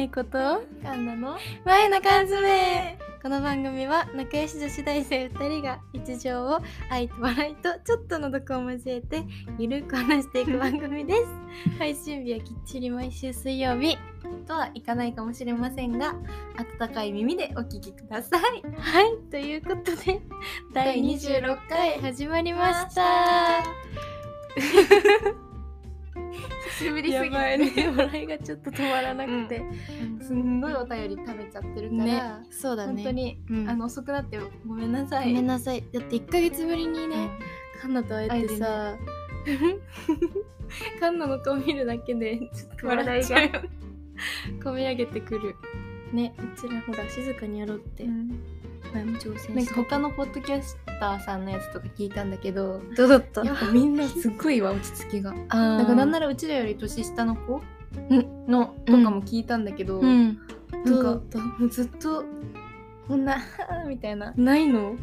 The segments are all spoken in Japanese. いことカンナの前の缶詰この番組は仲良し女子大生2人が日常を愛と笑いとちょっとの毒を交えてゆるく話していく番組です 配信日はきっちり毎週水曜日とはいかないかもしれませんが温かい耳でお聞きくださいはいということで 第26回始まりま した久しぶりすやぎばていね笑いがちょっと止まらなくて、すんごいお便り食べちゃってるから、ねそうだね本当に、うんあの遅くなってごめんなさごいめんなさいだって1ヶ月ぶりにね、カンナと会えてさ、 カンナの顔見るだけでちょっと笑っちゃうよこみ上げてくるねうちらほら静かにやろうってうん前も挑戦してなんか他のポッドキャスターさんのやつとか聞いたんだけどどうだったやっぱみんなすっごいわ落ち着きがあなんかなんなららうちらより年下の子うんのとかも聞いたんだけど、うんなんどかうだっもうずっとこんな みたいなたないの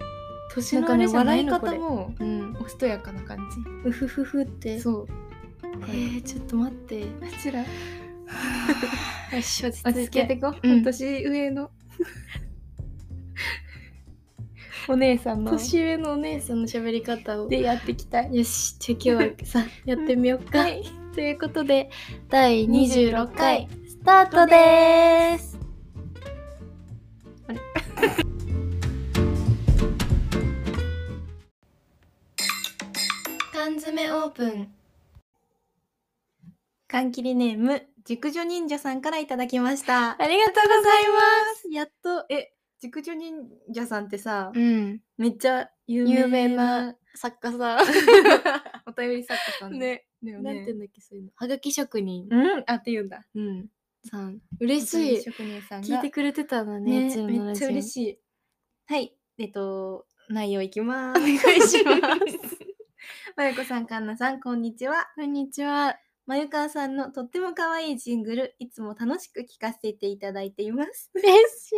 年なんのかあれじゃないね笑いのこ方れもうんおしとやかな感じうふふふってそうえー、ちょっと待ってよう ちらし落ち落ち着着けてけこ、うん年上の お姉さんの年上のお姉さんの喋り方をでやってきたいよし、じゃあ今日はさ、やってみようか。はいということで、第26回、スタートでーす。 缶詰オープン。缶切りネーム熟女忍者さんからいただきましたありがとうございます。やっとえ熟女忍者さんってさ、うん。めっちゃ有有名名なな作家さお便り作家さんね。だよなねんて言うんだっけ、そういうの。はがき職人。うんあって言うんだうん。さん。嬉しい。職人さんが聞いてくれてたんだね、ねうちらのめラっジちオゃ嬉しいはいえっと内容いきまおす願いします。 まゆこさん、かんなさん、こんにちは。こんにちは。まゆかんさんのとっても可愛いジングル、いつも楽しく聞かせていただいています。 嬉しい。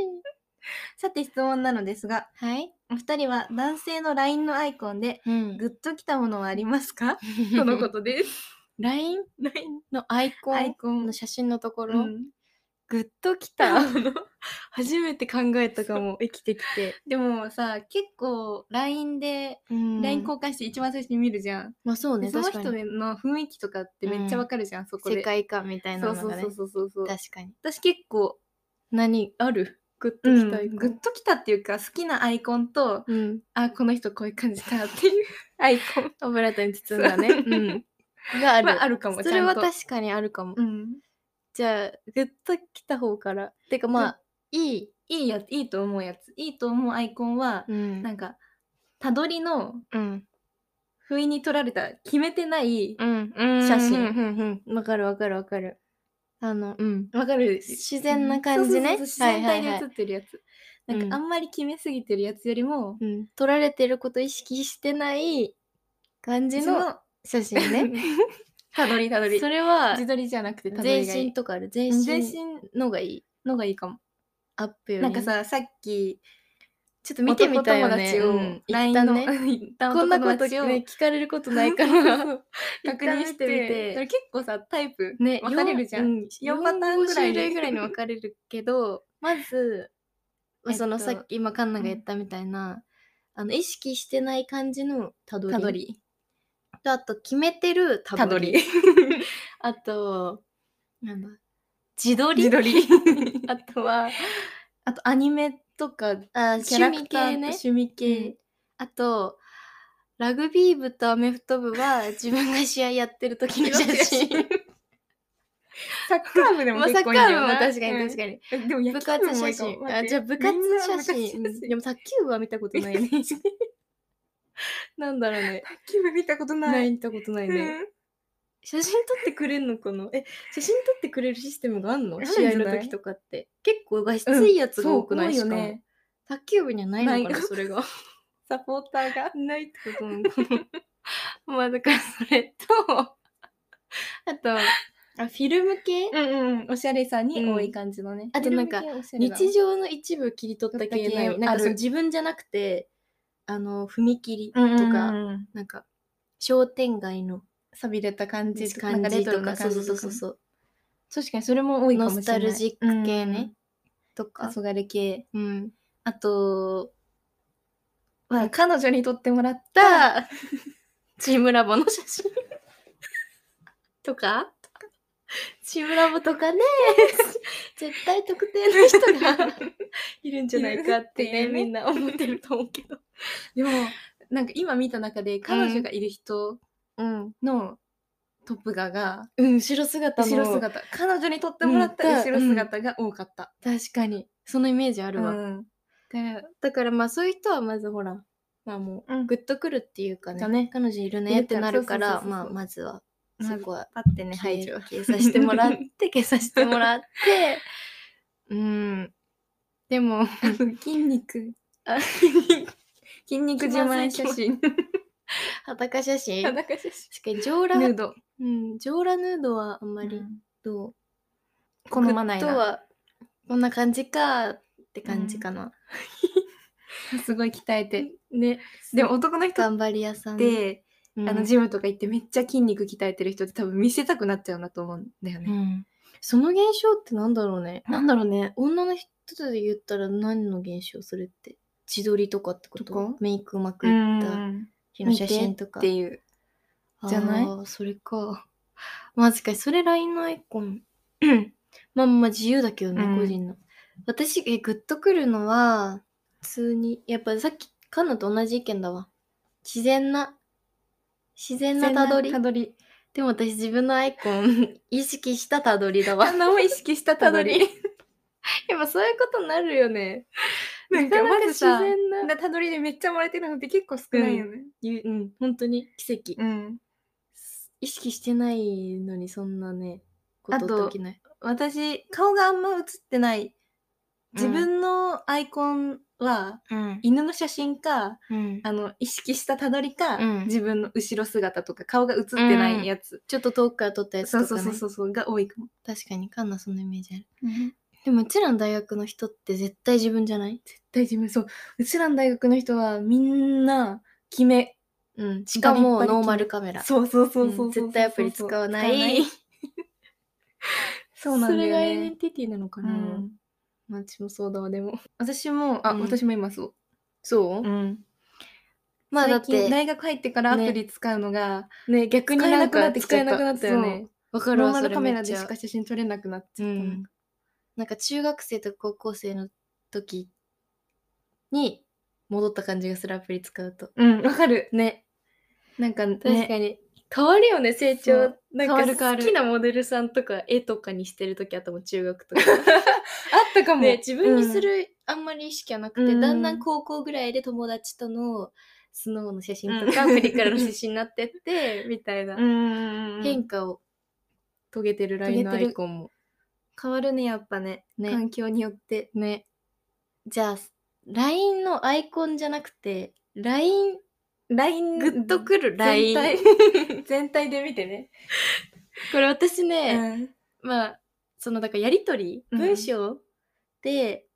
さて質問なのですが、はい。お二人は男性の LINE のアイコンでうん。グッときたものはあります かこのとのこ。こととです。 LINE LINE のアイコアンイコンの。写真のとこうろ、んグッときた。 初めて考えたかも、生きてきて。 でもさ、結構 LINE で、うん。 LINE 交換して一番最初に見るじゃん。まあそうでね、その確か人に。の雰囲気とかってめっちゃわかるじゃん、そこで。世界観みたいなそうのそがねう。そうそうそう。確かに。私結構、何あるグッとうきんたアイコグッン。ときたっていうか、好きなアイコンと、うん。あこの人こういう感じだって いうアイコンオブラートに包んだね。そう うん。がある。 まああるかもそれはちゃんと確かにあるかも。うんじゃあ、グッときた方から。てかまあ、いい。いいやついいと思うやついいと思うアイコンは、うんなんかたどりのうん。不意に取られた決めてないうん、写真真。わかるわかるわかる。あの、うん。わ、かる自然な感じね。そうそうそう自然体にはいは写いっはいてるやつ、うんなんかあんまり決めすぎてるやつよりも、うん、撮られてること意識してない感じそのの写真ね。 たどりたどり それは自撮りじゃなくてたど全りがいい身とかある。全うん身全身のがいい。のがいいかも、アップより。なんか、ささっきちょっと見てみたいよね。男友うん達を、一 LINE 旦の、ね。一旦こんな 男こと、友達をね、聞かれることないかそうそうらそ。う確認してみてそれ結構さタイ プね、分かれるじゃん。 4, 四パターンぐらい種に類ぐらいに分かれるけど、まず、まあえっとそのさっき今カンナが言ったみたいな、あの意識してない感じのたどり。たどりとあと決めてるたたどどり。りあと、なんだ、自撮り。自 撮りあとは、あとアニメとかあ趣キャラ味クター系ね。趣味うん系あと、ラグビー部とアメフト部は自分が試合やってる 時の写真。サッカー部でもまあサ結ッカ構ー部いいんだよもな確かに確かに。かにでも野部球部活もい写いか真も待っあてじゃあ部活みんな部写活真うん写でも卓球部は見たことない ねなんだろうね卓球部見たことないない見たことないね写真撮ってくれんのかなえ写真撮ってくれるシステムがあんのあるんじゃ試ない合の時とかって結構画質うんいいやつが多くないそうしか多いよもね卓球部にはないのかなないそれがサポーターが ないってことな のかなまあだからそれとあとあフィルム系うんうんうんおしゃれさんに多い感じのねあとなんか日常常の一部切り取った系撮ったな系いなんかそあのる自分じゃなくてあの踏切ととか、かなんか商店街のさびれた感じとか感なんかじレトとロかなそう感そうじそうとかそうそう確かにそれも多いかもしノれないスタルジック系ね、とうんか黄昏系うんあとまあ彼女に撮っても らったチームラボの写真とかチームラボと かね絶対特定の人がいるんじゃないかっていねるっていうみねんな思ってると思うけどでもなんか今見た中で彼女がいる人うん、のトップ画がうん、後ろ姿の後ろ姿彼女に撮ってもらった後ろ姿が多かった、確かにそのイメージあるわ、うんでだからまあそういう人はまずほらまあもううんグッとくるっていうかね,、だね彼女いるねってなるかいるらからそうそうそうそうまあまずはまそずこはパッてね排除消え消させてもらって 消させてもらってうんでもあの 筋肉あ筋肉自慢写真裸写真確裸写真かにジョーラ、ヌードうん、ジョーラヌードはあんまりどう好まないグッとなはこんな感じかって感じかな、すごい鍛えてねでも男の人っ頑張り屋さんて、うんあのジムとか行ってめっちゃ筋肉鍛えてる人って多分見せたくなっちゃうんだと思うんだようね、ん、その現象ってなんだろうねなんだろうね女の人で言ったら何の現象それって自撮りとかってこととかメイクうまくいった日の写真とかっていうじゃないあーそれかまあ確かにそれ LINE のアイコン まあまあ自由だけどね、うん個人の私えグッとくるのは普通にやっぱさっきカンナと同じ意見だわ自然な自然なたどりたどりでも私自分のアイコン 意識したたどりだわ あんなを意識したた どりやっぱそういうことになるよね。なんかなかまずさ自然な。なたどりでめっちゃ漏れてるのって結構少ないよねゆうん、本当に奇跡、うん意識してないのにそんなね、こあとと起きない。私顔があんま映ってない自分のアイコンはうん。犬の写真かうん、あの意識したたどりか、うん自分の後ろ姿とか顔が映ってないやつ、ちょっと遠くから撮ったやつとか、そうね、そうそうそうそうが多いかも、確かにカンナそのイメージある。でもうちらの大学の人って絶対自分じゃない絶対自分そううちらの大学の人はみんな決めうん。しかもバリバリノーマルカメラ。そうそうそううんそうそう絶対アプリ使わない。そうなんそだれよがアイデねンティティなのかな。うんまあ、うちもそうだわ、でも。私もあ、うん私も今そうそう、んまあだっ最近て、大学入ってからアプリ使うのが、ね、逆に使えななんくなかってき使ちゃえったなくなったよね。わかるノーわ、マそルれカメめラっでちしゃか。写真撮れなくなっちゃった、うんなんか中学生とか高校生の時に戻った感じがするアプリ使うと。うんわかるね、なんかね確かに。変わるよね、成そ長う。なん変わる変かわ好るきなモデルさんとか絵とかにしてる時あったもん、中学と か。あったかも、ね、自分にうんするあんまり意識はなくて、うんだんだん高校ぐらいで友達とのスノーの写真とか、うんプリクラの写真になってって、みたいなうん変変化を遂げてるラ遂イげンのアてるイコンも。変わるねやっぱねね環境によってね。じゃあ、LINE のアイコンじゃなくて、LINE、 LINE グッとくる LINE。 全体全体で見てね、これ私ね、うんまあ、その、だからやりとり、うん文章で、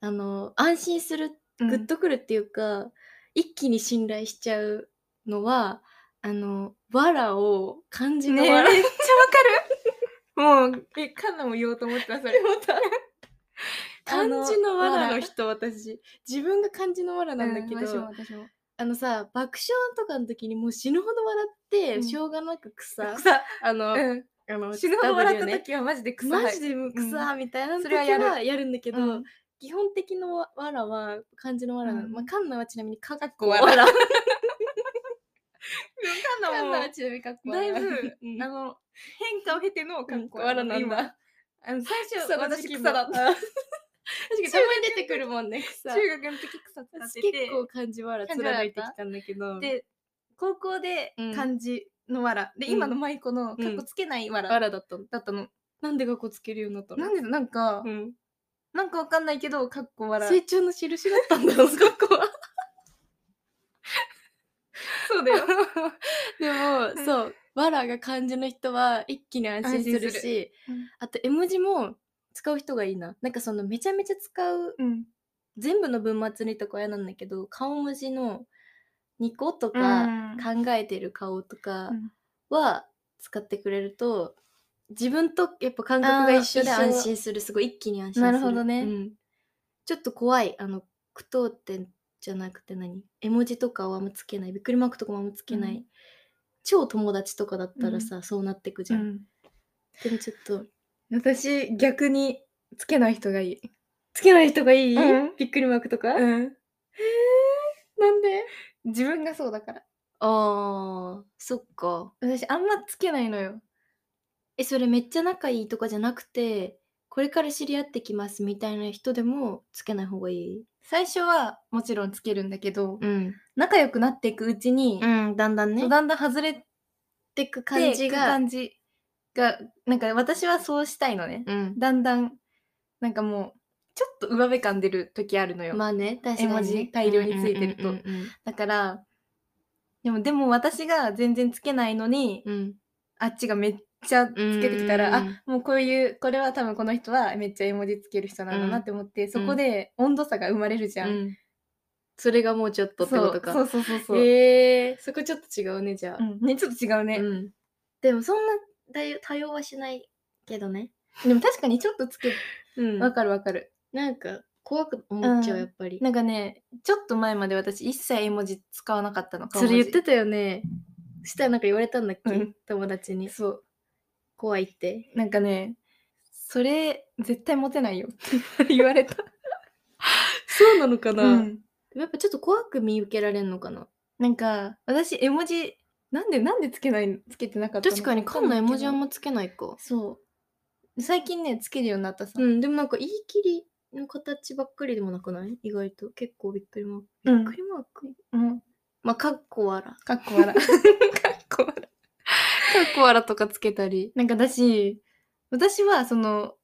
あの、安心する、グッとくるっていうか、一気に信頼しちゃうのは、あの、わらを漢字のねわら、めっちゃ わかるもうえカンナも言おうと思ったそれ 漢字のわらの人人、私。自分が漢字のわらなんだけど、私もあのさ、爆笑とかの時にもう死ぬほど笑って、うんしょうがなく草、草、 あの、うん、あの死ぬほど笑ったね、時はマジで草マジでもううん草みたいなそ時れははやるやるんだけど、うん基本的のわわらは漢字のわらなの、うんまあカンナはちなみにかっかっここわわら らだカンナもちなみにかっだいぶだいぶあの変化を経てのかっこわらなん今だあの最初草の時私期も草だった確かにたまに出てくるもんね草 中学の時草使って私て結構漢字わら漢字わら貫いてきたんだけどで高校でうん漢字のわら、で今の舞子のかっこつけないわらわらだったのだったの、なんで学校つけるようになったのなんでだなんか、うん、なんかわかんないけどかっこわら成長の印だったんだろう学校はそうだよ でもそう「わら」が漢字の人は一気に安心する安心すしうんあと絵文字も使う人がいいななんかそのめちゃめちゃ使ううん全部の文末にとか嫌なんだけど顔文字の2個とうかん考えてる顔とかうんは使ってくれると、自分とやっぱ感覚が一緒であー一緒安心するすごい一気に安心するなるほどねうんちょっと怖いあの句読点じゃなくて何絵文字とかをあんまつけないびっくりマークとかもあんまつけない、うん超友達とかだったらさ、そうなってくじゃん、でもちょっと私逆につけない人がいい、つけない人がいい、うんびっくりマークとか、うん、なんで自分がそうだからあーそっか私あんまつけないのよえそれめっちゃ仲いいとかじゃなくてこれから知り合ってきますみたいな人でもつけない方がいい最初はもちろんつけるんだけど、うん、仲良くなっていくうちに、うん、だんだんねそうだんだん外れててく感じが感じがなんか私はそうしたいのね、うんだんだんなんかもうちょっと上辺感出る時あるのよ、まあね確かに、ね、絵文字大量についてるとうんうんだからでもでも私が全然つけないのに、うんうんあっちがめっちゃつけてきたら、うんあもうこういうこれは多分この人はめっちゃ絵文字つける人なんだなって思って、そこで温度差が生まれるじゃん、うんそれがもうちょっとってそうことかそうそうそうそう、へえそこちょっと違うねじゃあ、うんねちょっと違うね、うんでもそんな多様多様はしないけどねでも確かにちょっとつけうんわかるわかるなんか怖く思っちゃう、うんやっぱりなんかねちょっと前まで私一切絵文字使わなかったのそれ言ってたよねしたらなんか言われたんだっけ、うん友達にそう怖いってなんかねそれ絶対モ テないよ言われた、そうなのかうでんもやっぱちょっと怖く見受けられるのかななんか私絵文字なんでなんでつけないつけてなかったの確かに缶の絵文字あんまつけないかそう最近ねつけるようになったさ、うん、でもなんか言い切りの形ばっかりでもなくない意外と結構びっくりマーク。うんびっくりマークもうまあ、カッコわら。カかっこ笑かっ こ笑ッコわらとかつけたり。なんかだし私はその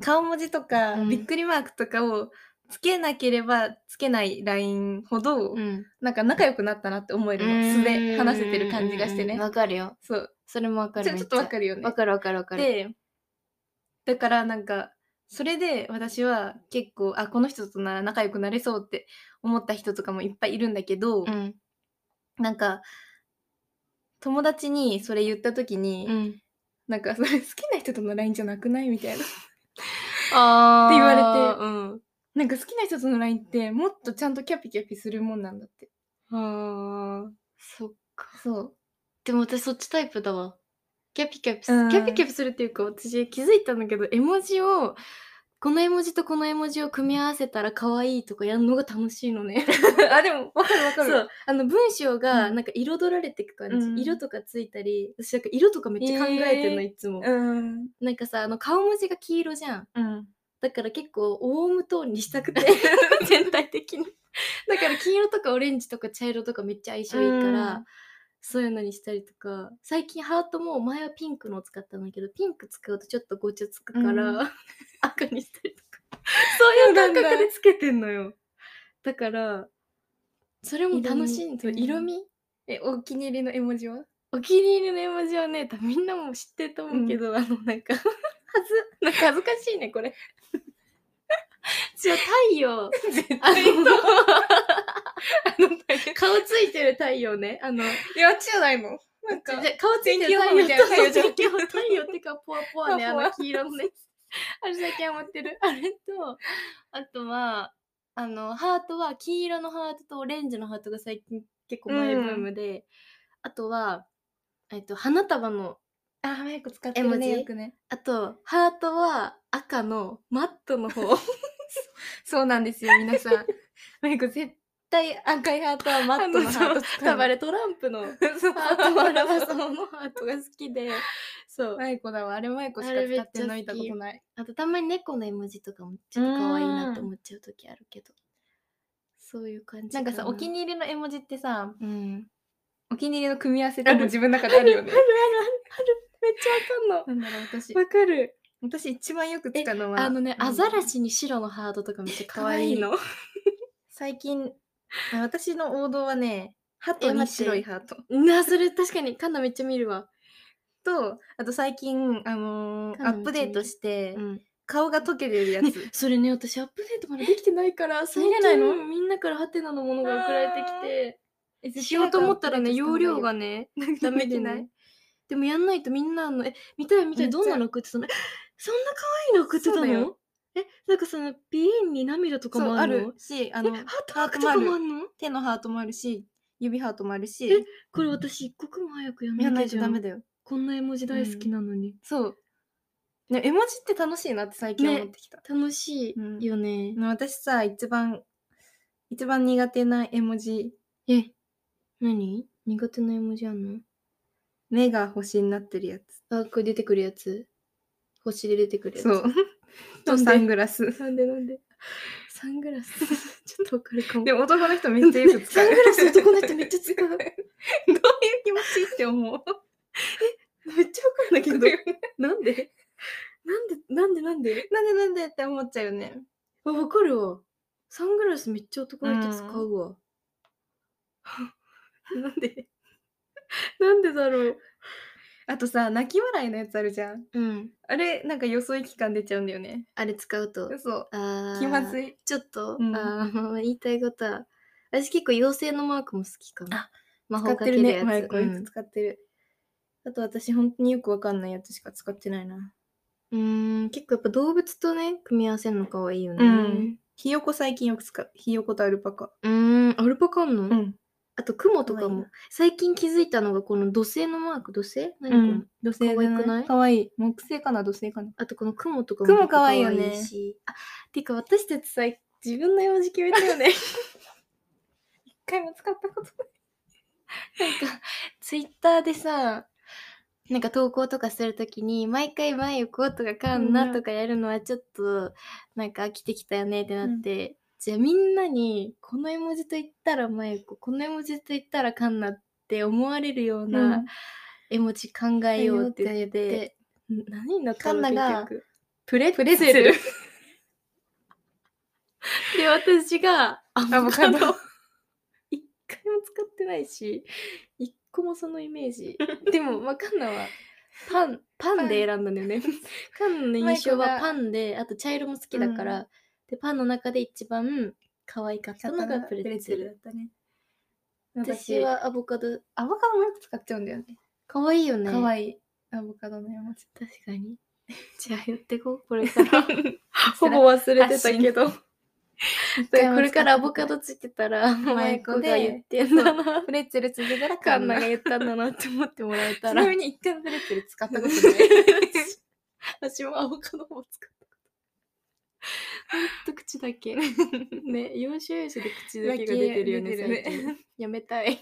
顔文字とか、うんびっくりマークとかをつけなければつけないラインほど、うん。なんか仲良くなったなって思えるの素で話せてる感じがしてうんねわかるよ。そうそれもわかちる。ょちょっとわる。かるよねわかるわかるわかる。でだからなんかそれで私は結構あこの人となら仲良くなれそうって思った人とかもいっぱいいるんだけど、うん。なんか友達にそれ言った時に、うん。なんかそれ好きな人との LINE じゃなくないみたいな あーって言われて。なんか好きな人との LINE ってもっとちゃんとキャピキャピするもんなんだってうん。ああ。そっか。そう でも私そっちタイプだわ。キャピキャピす、うんキャピキャピするっていうか私気づいたんだけど絵文字をこの絵文字とこの絵文字を組み合わせたら可愛いとかやるのが楽しいの ね。あでもわかるわかるそうあの文章がうんなんか彩られていく感じ、うん色とかついたり私なんか色とかめっちゃ考えてるの、えーいつも、んなんかさあの顔文字が黄色じゃんうんだから結構オウムトーンにしたくて 全体的にだから黄色とかオレンジとか茶色とかめっちゃ相性いいから、うんそういうのにしたりとか最近ハートも前はピンクのを使ったんだけどピンク使うとちょっとごちゃつくから、う赤にしたりとかそういう感そうな覚んだでつけてんのよだからそれも楽しいん色味うん色味えお気に入りの絵文字は お気に入りの絵文字はね多分みんなも知ってると思うけど、あのなんかはずなんか恥ずかしいねこれ 違う太陽絶あ対ののタイプ顔ついてる太陽ねあのいやあっちじゃないのなんかじゃ顔ついてる太陽天気予報みたいなと太陽じゃん天気予報太陽っていうかポワポワねあポワのポワ黄色のねあれ最近ハマってるあれとあとはあのハートは黄色のハートとオレンジのハートが最近結構マイブームで、あとはえっと花束のあマイク使っててるねるねよよくくねあと、ハートは赤のマットの方。そうなんですよ皆さん マイク絶対赤いハートは マットのハート使たうばれトランプのハそうートを表す方のハートが好きで。そう。マイコだわあれマイコしか使ってるの見たことないあと、たまに猫の絵文字とかもちょっと可愛いなって思っちゃう時あるけど。そういう感じなんかさお気入に入りの絵文字ってさり。うん。お気に入りの組み合わせってもう自分の中であるよねあるあるある。めっちゃわかん なんだろう私の。わかる。 私一番よく使うのはあのね、うんアザラシに白のハートとかめっちゃ可愛いの。最近あ私の王道はねハえトに待って白いハート な、それ確かに、カンナめっちゃ見るわ。とあと最近あのー彼アのうちにップデートしてうん。顔が溶けてるやつそれね私アップデートまだできてないから最見れないの近みんなからハテナのものが送られてきてえしようと思ったらね容量がねねなんかダメできでなないいでもやんないとみんなあの「え見たい見ためいっちゃどんなの送ってたのえそんな可愛いの送ってたそうのだよえなんかそのピエンに涙とか そうもああるのるしああのえハートマークとかもあるるの手のハートもあるし指ハートもあるしえこれ私一刻も早くやんやんなないいととダダメメだだよこんな絵文字大好きなのに、そう、ね、絵文字って楽しいなって最近ね思ってきた、楽しいよね、ね私さ一番一番苦手な絵文字え何苦手な絵文字あんの目が星になってるやあこれ出てくるやつ星で出てくるつやつ そうとサングラスなんでなんでサングラス ちょっとわかるかもでも男の人めっちゃよく 使サうングラス男の人めっちゃ使うどういう気持ちって思うめっちゃわかるんだけなんどでなんでなんでなんでなんでなんでって思っちゃうよねあわかるわサングラスめっちゃ男の人使うわ、なんでなんでだろうあとさ泣き笑いのやつあるじゃんうんあれなんか予想期間出ちゃうんだよねあれ使うとそうあー気まずいちょっと、うんあー言いたいことは私結構妖精のマークも好きかもあ魔使法っかてけるるやねつ、マイクうよくん使ってる、あと私本当によくわかんないやつしか使ってないなうーん結構やっぱ動物とね組み合わせるのかわいいよねうんひよこ最近よく使うひよことアルパカうーんアルパカあんの、んあと雲とかかわいいもな最近気づいたのがこの土星のマーク土星何うこの、ん土星じゃ可愛くないかわいい木星かな土星かなあとこの雲とか雲結構可愛いよね可しあてか私たちさ自分の絵文字決めたよね一回も使ったなことんかツイッターでさなんか投稿とかするときに毎回「前行こう」とか「かんうんな」うんとかやるのはちょっとなんか飽きてきたよねってなって、じゃあみんなにこの絵文字と言ったら「前行こう」この絵文字と言ったら「かんな」って思われるようない、な絵文字考えようって言って,、何になったカンナがプレッツプレ ゼルで私がアボカアボドカド 一回も使ってないし一個もそのイメージでも、まあ、カンナはパンパンで選んだんだよねカンナの印象マイクはがパンであと茶色も好きだから、うでパンの中で一番可愛かったのがプレッツェだルったね私はアボカドアボカドもよく使っちゃうんだよね可愛いよねかわいいアボカドの絵 文字確かにじゃあ寄ってこうこれから ほぼ忘れてたけどどだからこれからアボカドついてたら、ママイイココがで言ってんだな。プレッツェル続けたらカカンンナナがが言ったんだなって思ってもらえた ら。ちなみに一回もプレッツェル使ったことない私もアボカドも使ったこと。ほんと口だけ。 ね、要所要所で口だけが出てるよね、出てるね最近。やめたい。っ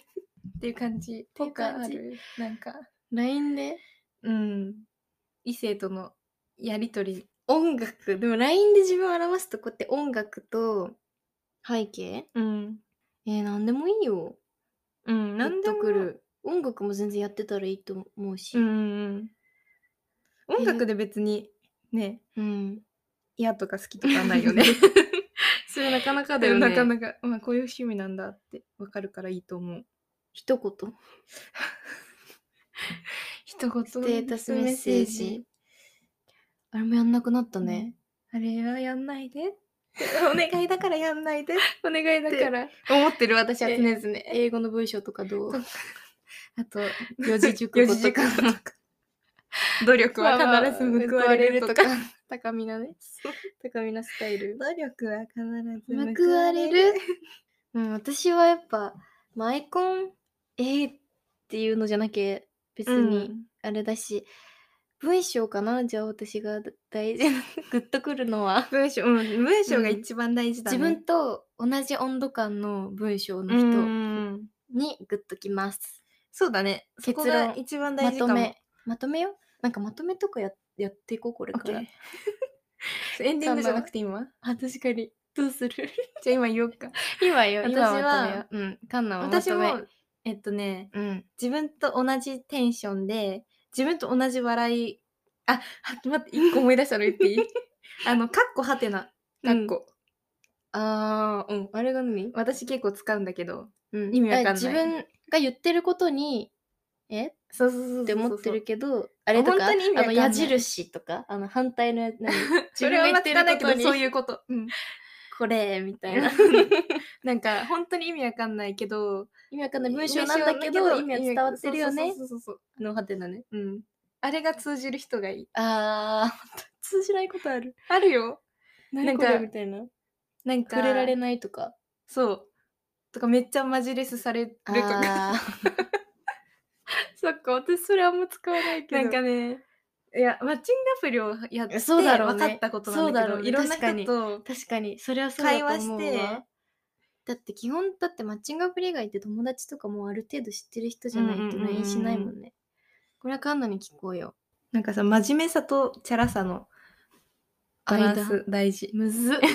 ていう感じていう感じとかあるなんか LINE でうん異性とのやりとり音楽。でも LINE で自分を表すとこうやって音楽と背景うんえー、なんでもいいよ。うんななんんででもくる。音楽も全然やってたらいいと思うし。うんうんうん音楽で別にねうん嫌とか好きとかはないよ ね それなかなかだでよもね。なかなか、まあ、こういう趣味なんだってわかるからいいと思う一言。一言スステータスメッセージ。あれもやんなくなったね。あれはやんないでって お願いだからやんないでってお願い。だから思ってる私は常々英語の文章とかどうあと四字熟四語字と熟か語。努力まあまあは必ず報われるとか報われる高みなね。高みなスタイル。努力は必ず報われ る。うん、私はやっぱ、まあアイコン、えー、っていうのじゃなきゃ別別に、にあれだし、文章かなじゃあ私が大事な、グッとくるのは。文章、うん、文章がうん一番大事だね。自分と同じ温度感の文章のの人、人にグッときます。そうだね。そこ結が論一番大ま事とかも。め。まとめよ。なんかまとめとかややっていこう、これオかッケら。 ーエンディングじゃなくて今あ、確かに。どうす るじゃあ今言おうか。今よ、私今はまとめようん、カンナはま私ともめ。、えっとね、うん。自分と同じテンションで、自分と同じ笑い、あ、あ待って、一個思い出したの言って いいあの、カッコハテナ。カッコ。あー、うん。あれが何、私結構使うんだけど。うん、意味わかんない自分が言ってることに、えっそうそうそうそうそう。て思ってるけど、あれとか、本当に意味あわかのんない矢印とか、あの反対のやつ、何 それは自分がま言あって使るこわないけとど、にそういうこと。うんこ これみたい ななんか本当に意味わかんないけど 意味わかんない文章なんだけど意味は伝わってるよねそうそうそうそうあのハテナねうんあれが通じる人がいいあーほんと 通じないことあるあるよなんこかれみみたいななんか触れられないとかそうとかめっちゃマジレスされるとか そっか私それあんま使わないなんかね いやマッチングアプリをやってそうだろうね分かったことなんだけそうだどろうねいろんな確かに人と確かにそれはそうだと思うわ会話してだって基本だってマッチングアプリ以外って友達とかもうある程度知ってる人じゃないとうんうんうんうん LINE しないもんねこれはカンナに聞こうよなんかさ真面目さとチャラさのバランス大事むずっ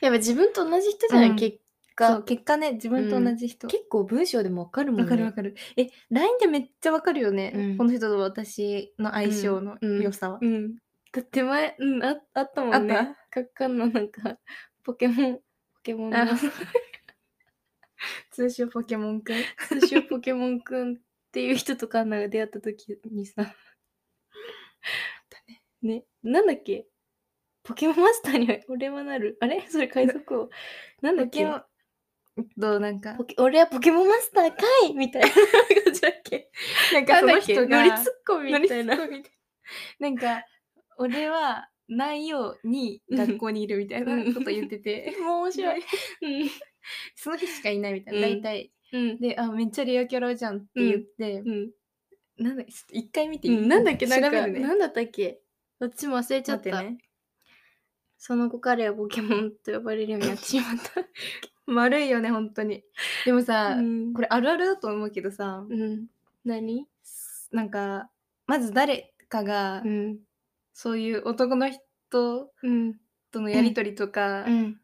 やっぱ自分と同じ人じゃない、うん結そ果う結果ね自分と同じ人結構文章でもわかるもんねわかるわかる。え、LINE でめっちゃわかるよね、うんこの人と私の相性のうん良さは。うんだって前、うん、ああったもんあっねカッカンナなんかポケモンポケモンのあ 通称ポケモンくん。通称ポケモンくんっていう人とカンナが出会った時にさねなんだっけポケモンマスターには俺はなるあれそれ海賊 王なんだっポケけモン。どうなんかポ、ケ俺はポケモンマスターかいみたいな 感じだっけなんなかんだそのっけ人ノが、リツッコミノリみツたいなッコミで なんか、俺はないように学校にいるみたいなこと言って て、もう面白いでその日しかいないみたいな、うん大体。うんで、あ、めっちゃレアキャラじゃんって言って、うんなんだ、ちょっと一回見てういい、ん、なんだっけなん調べか、るね。なんだったっけどっちも忘れちゃった、待ってね。その後彼はポケモンと呼ばれるようになってしまった、丸いよね、本当に。でもさ、うんこれ あるあるだと思うけどさ、うん何なんかまず誰かがんそういう男の人うんとのやり取りとか、うん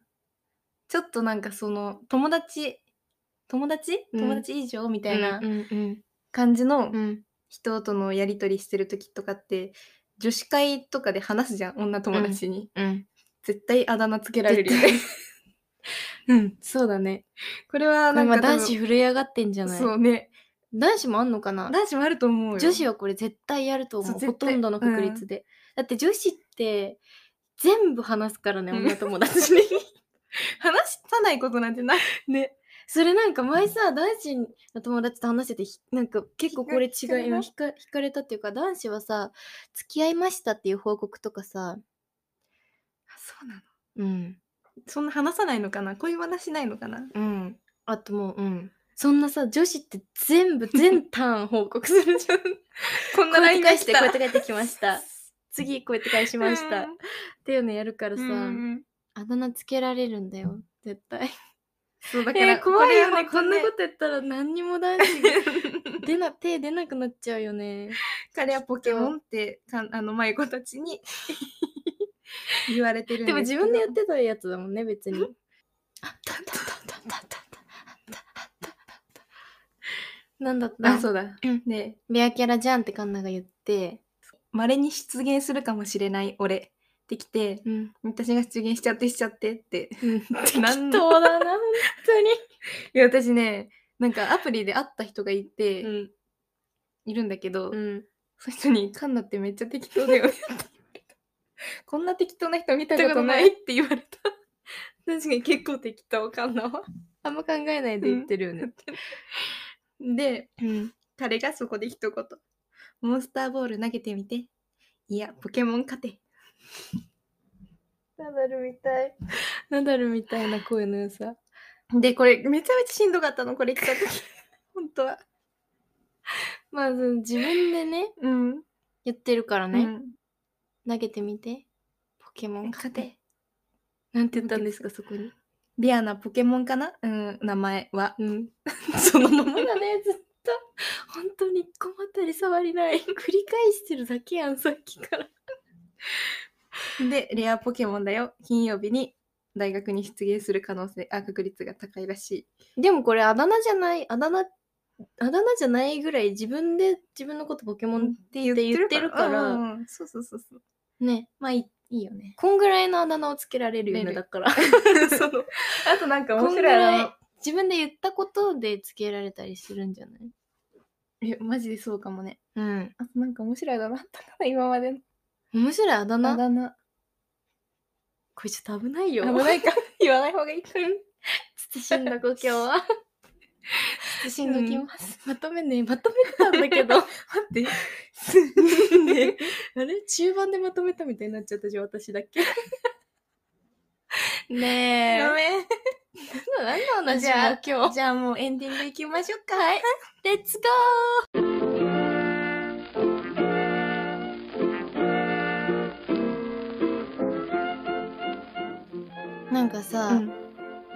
ちょっとなんかその友達友達うん友達以上みみたいなうんうん感じのうん人とのやり取りしてる時とかって女子会とかで話すじゃん女友達に、うん絶対あだ名つけられるよねうんそうだね これはなん今か男子多震え上がってんじゃ分ないそうね男子もあんのかな男子もあると思うよ女子はこれ絶対やるとそ思うう絶ほと対んどの確率で、だって女子って全部話すからねうん女友達 に話さないことなんて ないねそれなんか前さ男子の友達と話しててひなんか結構これ違惹かれいたうんひか惹かれたっていうか男子はさ付き合いましたっていう報告とかさそうなのうんそんな話さないのかな恋話ないのかなうんあともううんそんなさ女子って全部全ターン報告するじ ゃんこん こうやって返返ししててここううややっ返っててってきました 次こうやって返ししままし、したたっ。ていうのやるからさ、あだ名つけられるんだよ絶対そうだ えー怖いよねここんんななこことやったら何にも男子が と。出な手出なくなっちゃうよね彼はポケモンってかんあのマイコたち に言われてるんでもす自けど分でやってたやつだもんね別にあたたたたたたたたたなんだっあたそうだうん。でレアキャラじゃんってカンナが言ってまれに出現するかもしれない俺ってきてうん私が出現しちゃってしちゃって って。適なん当だな本 いや私ねなんかアプリで会った人がいて、当にいるんだけど、うんそういう人に「カンナってめっちゃ適当 だよね」って言われた。こんな適当な人見たことないって言われた。確かに結構適当カンナはあんま考えないで言ってるよねでうん彼がそこで一言。モンスターボール投げてみて。いや、ポケモン勝て。ナダルみたい。ナダルみたいな声の良さで、これ、めちゃめちゃしんどかったの、これ来た時。 本当は。まあその自分でねうん。言ってるからね、ね。投げてみてポケモン勝勝てて。なんて言ったんですかそこにレアなポケモンかなうん、名前は。 うんそのままだねずっと本当に困ったり触りない繰り返してるだけやんさっきからで、レアポケモンだよ。金曜日に大学に出現する可能性、あ、確率が高いらしでもこれあだ名じゃないあだ名あだ名じゃないぐらい自分で自分のことポケモい。ンって言って言ってるからうんうんうんそうそうそうそう。ねまあいいいいよね。こんぐらいのあだ名をつけられるよねねだから そのあとなんかこ面んぐ白いらあいの自分で言ったことでつけられたりするんじゃないえ、マジでそうかもね。うんあとなんか面白いだなったかな今までの面白いあだ名あだ名これちょっと危ないよ危ないか 言わない方がいいか慎んだご今日 は慎んどきます、 まとめねまとめてたんだ けど待ねあれ中盤でまとめたみたいになっちゃったじゃん私だっけ ねえごめん何の話じゃあもう今日じゃあもうエンディングいきましょうかはいレッツゴーなんかさ、うん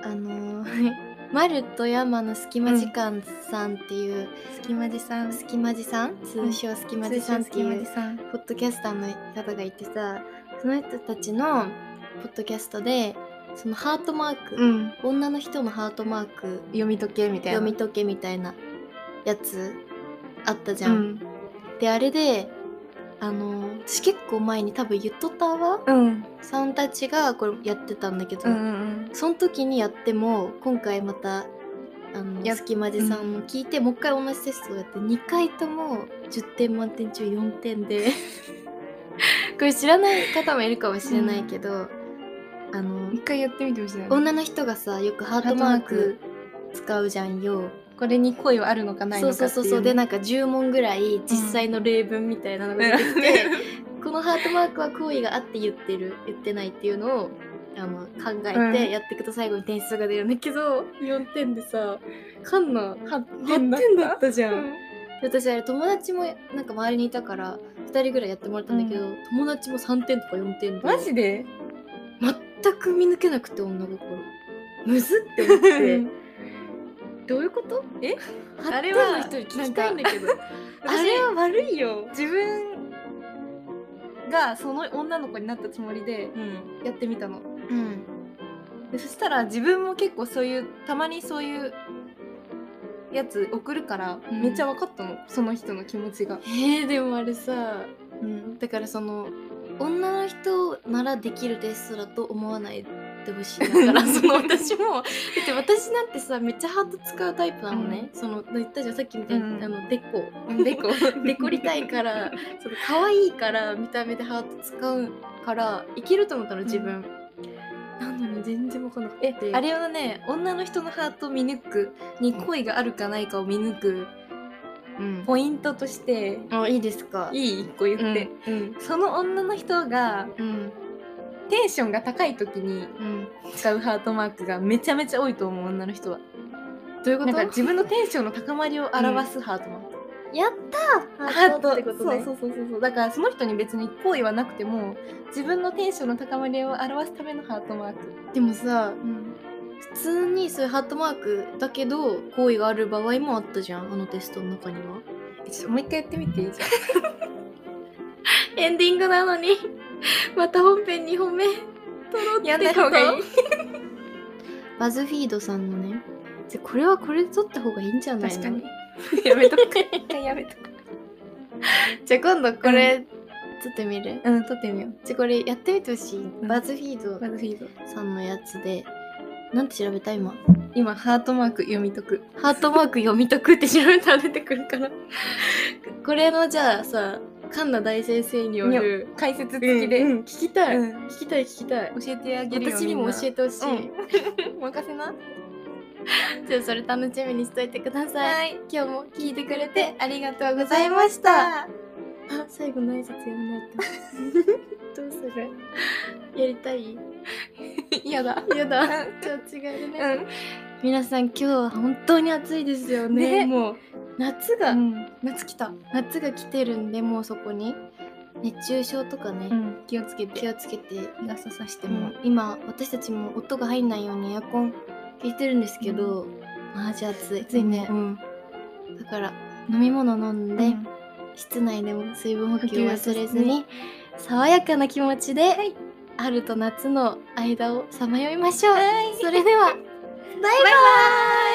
あのー マルとヤマの隙間時間さんっていう、隙間じさん隙間時さん通称隙間時さんって隙い間うじさんポッドキャスターの方がいてさその人たちのポッドキャストでそのハートマーク、うん女の人のハートマーク読み解けみたいな読み解けみたいなやつあったじじゃゃん。んであれであのー私結構前に多分ゆとたわうんさんたちがこれやってたんだけど、うんうんその時にやっても今回またあのやっ隙間じさんも聞いて、もう一回同じテストをやって2回とも10点満点中4点で これ知らない方もいるかもしれないけど、あの一回やってみてほしいな女の人がさよくハートマーク使うじゃんよ。これに恋はあるのかないそのうかってそいううそうそうでなんか10問ぐらい実際の例文みたいなのが出てきて、 このハートマークは好意があって言ってる言ってないっていうのをあの考えうてんやっていくと最後に点数が出るんだけど、4点でさカンナ8点だったたじゃうん私あれ友達もなんか周りにいたから2人ぐらいやってもらったんだけど、友達も3点とか4点でマジで全く見抜けなくて女心むずって思って どういうことえあ8れ点はの人に聞きたいんだけど私あれは悪いよ、自分がその女の子になったつもりでうんやってみたのうん、でそしたら自分も結構そういうたまにそういうやつ送るから、うんめっちゃ分かったのその人の気持ちが、えー、でもあれさ、だからその女の人ならできるテストだと思わないでほしいだから その私もだって私なんてさめっちゃハート使うタイプなのね、その言ったじゃんさっきみたいに、うんあのデコ デ コデコりたいからその可愛いから見た目でハート使うからいけると思ったの自分、なのに全然わかんなかったえあれはね女の人のハートを見抜くに恋があるかないかを見抜くうんポイントとしてあいいですかいいい一個言って、うんその女の人がうんテンションが高い時にうん使うハートマークがめちゃめちゃ多いと思う女の人はどういうこなんとか自分のテンションの高まりを表すハートマーク、やったーハートってことねそうそうそうそうそうだからその人に別に好意はなくても自分のテンションの高まりを表すためのハートマーク、でもさうん、普通にそういうハートマークだけど好意がある場合もあったじゃんあのテストの中にはちょっともう一回やってみていいじゃんエンディングなのに また本編2本目やんない方がいい バズフィードさんのねじゃこれはこれで撮った方がいいんじゃないの確かに やめとく一回やめとく じゃあ今度これ撮ってみる、うん撮ってみよじゃあこれやってみてほしい、んバズフィードうバズフィードさんのやつでなんて調べた今今ハートマーク読み解くハートマーク読み解くって調べたら出てくるからこれのじゃあさカンナ大先生による解説好付ききで、で、聞きたい、うん聞きたい聞きたい教えてあげるよ私にも教えててほしい、 任せなじゃあそれ楽しみにしといてください、はい今日も聞いてくれてありがとうごござざいいままししたたあ最後の挨拶やらないと どうするやりた い嫌だやだうじゃあ違うね、うん皆さん今日は本当に暑いですよねねもう夏が、夏来た夏が来てるんでもうそこに熱中症とかね、ん気をつけ気てをつけて日傘さしてでもも、今私たちも音が入んないようにエアコン効いてるんですけど、マジ暑い暑いねうんだから飲み物飲んで、うん室内でも水分補給を補忘給れず忘れずにに爽やかな気持ちで、 春と夏の間をさまよいましょう、それではバイバーイ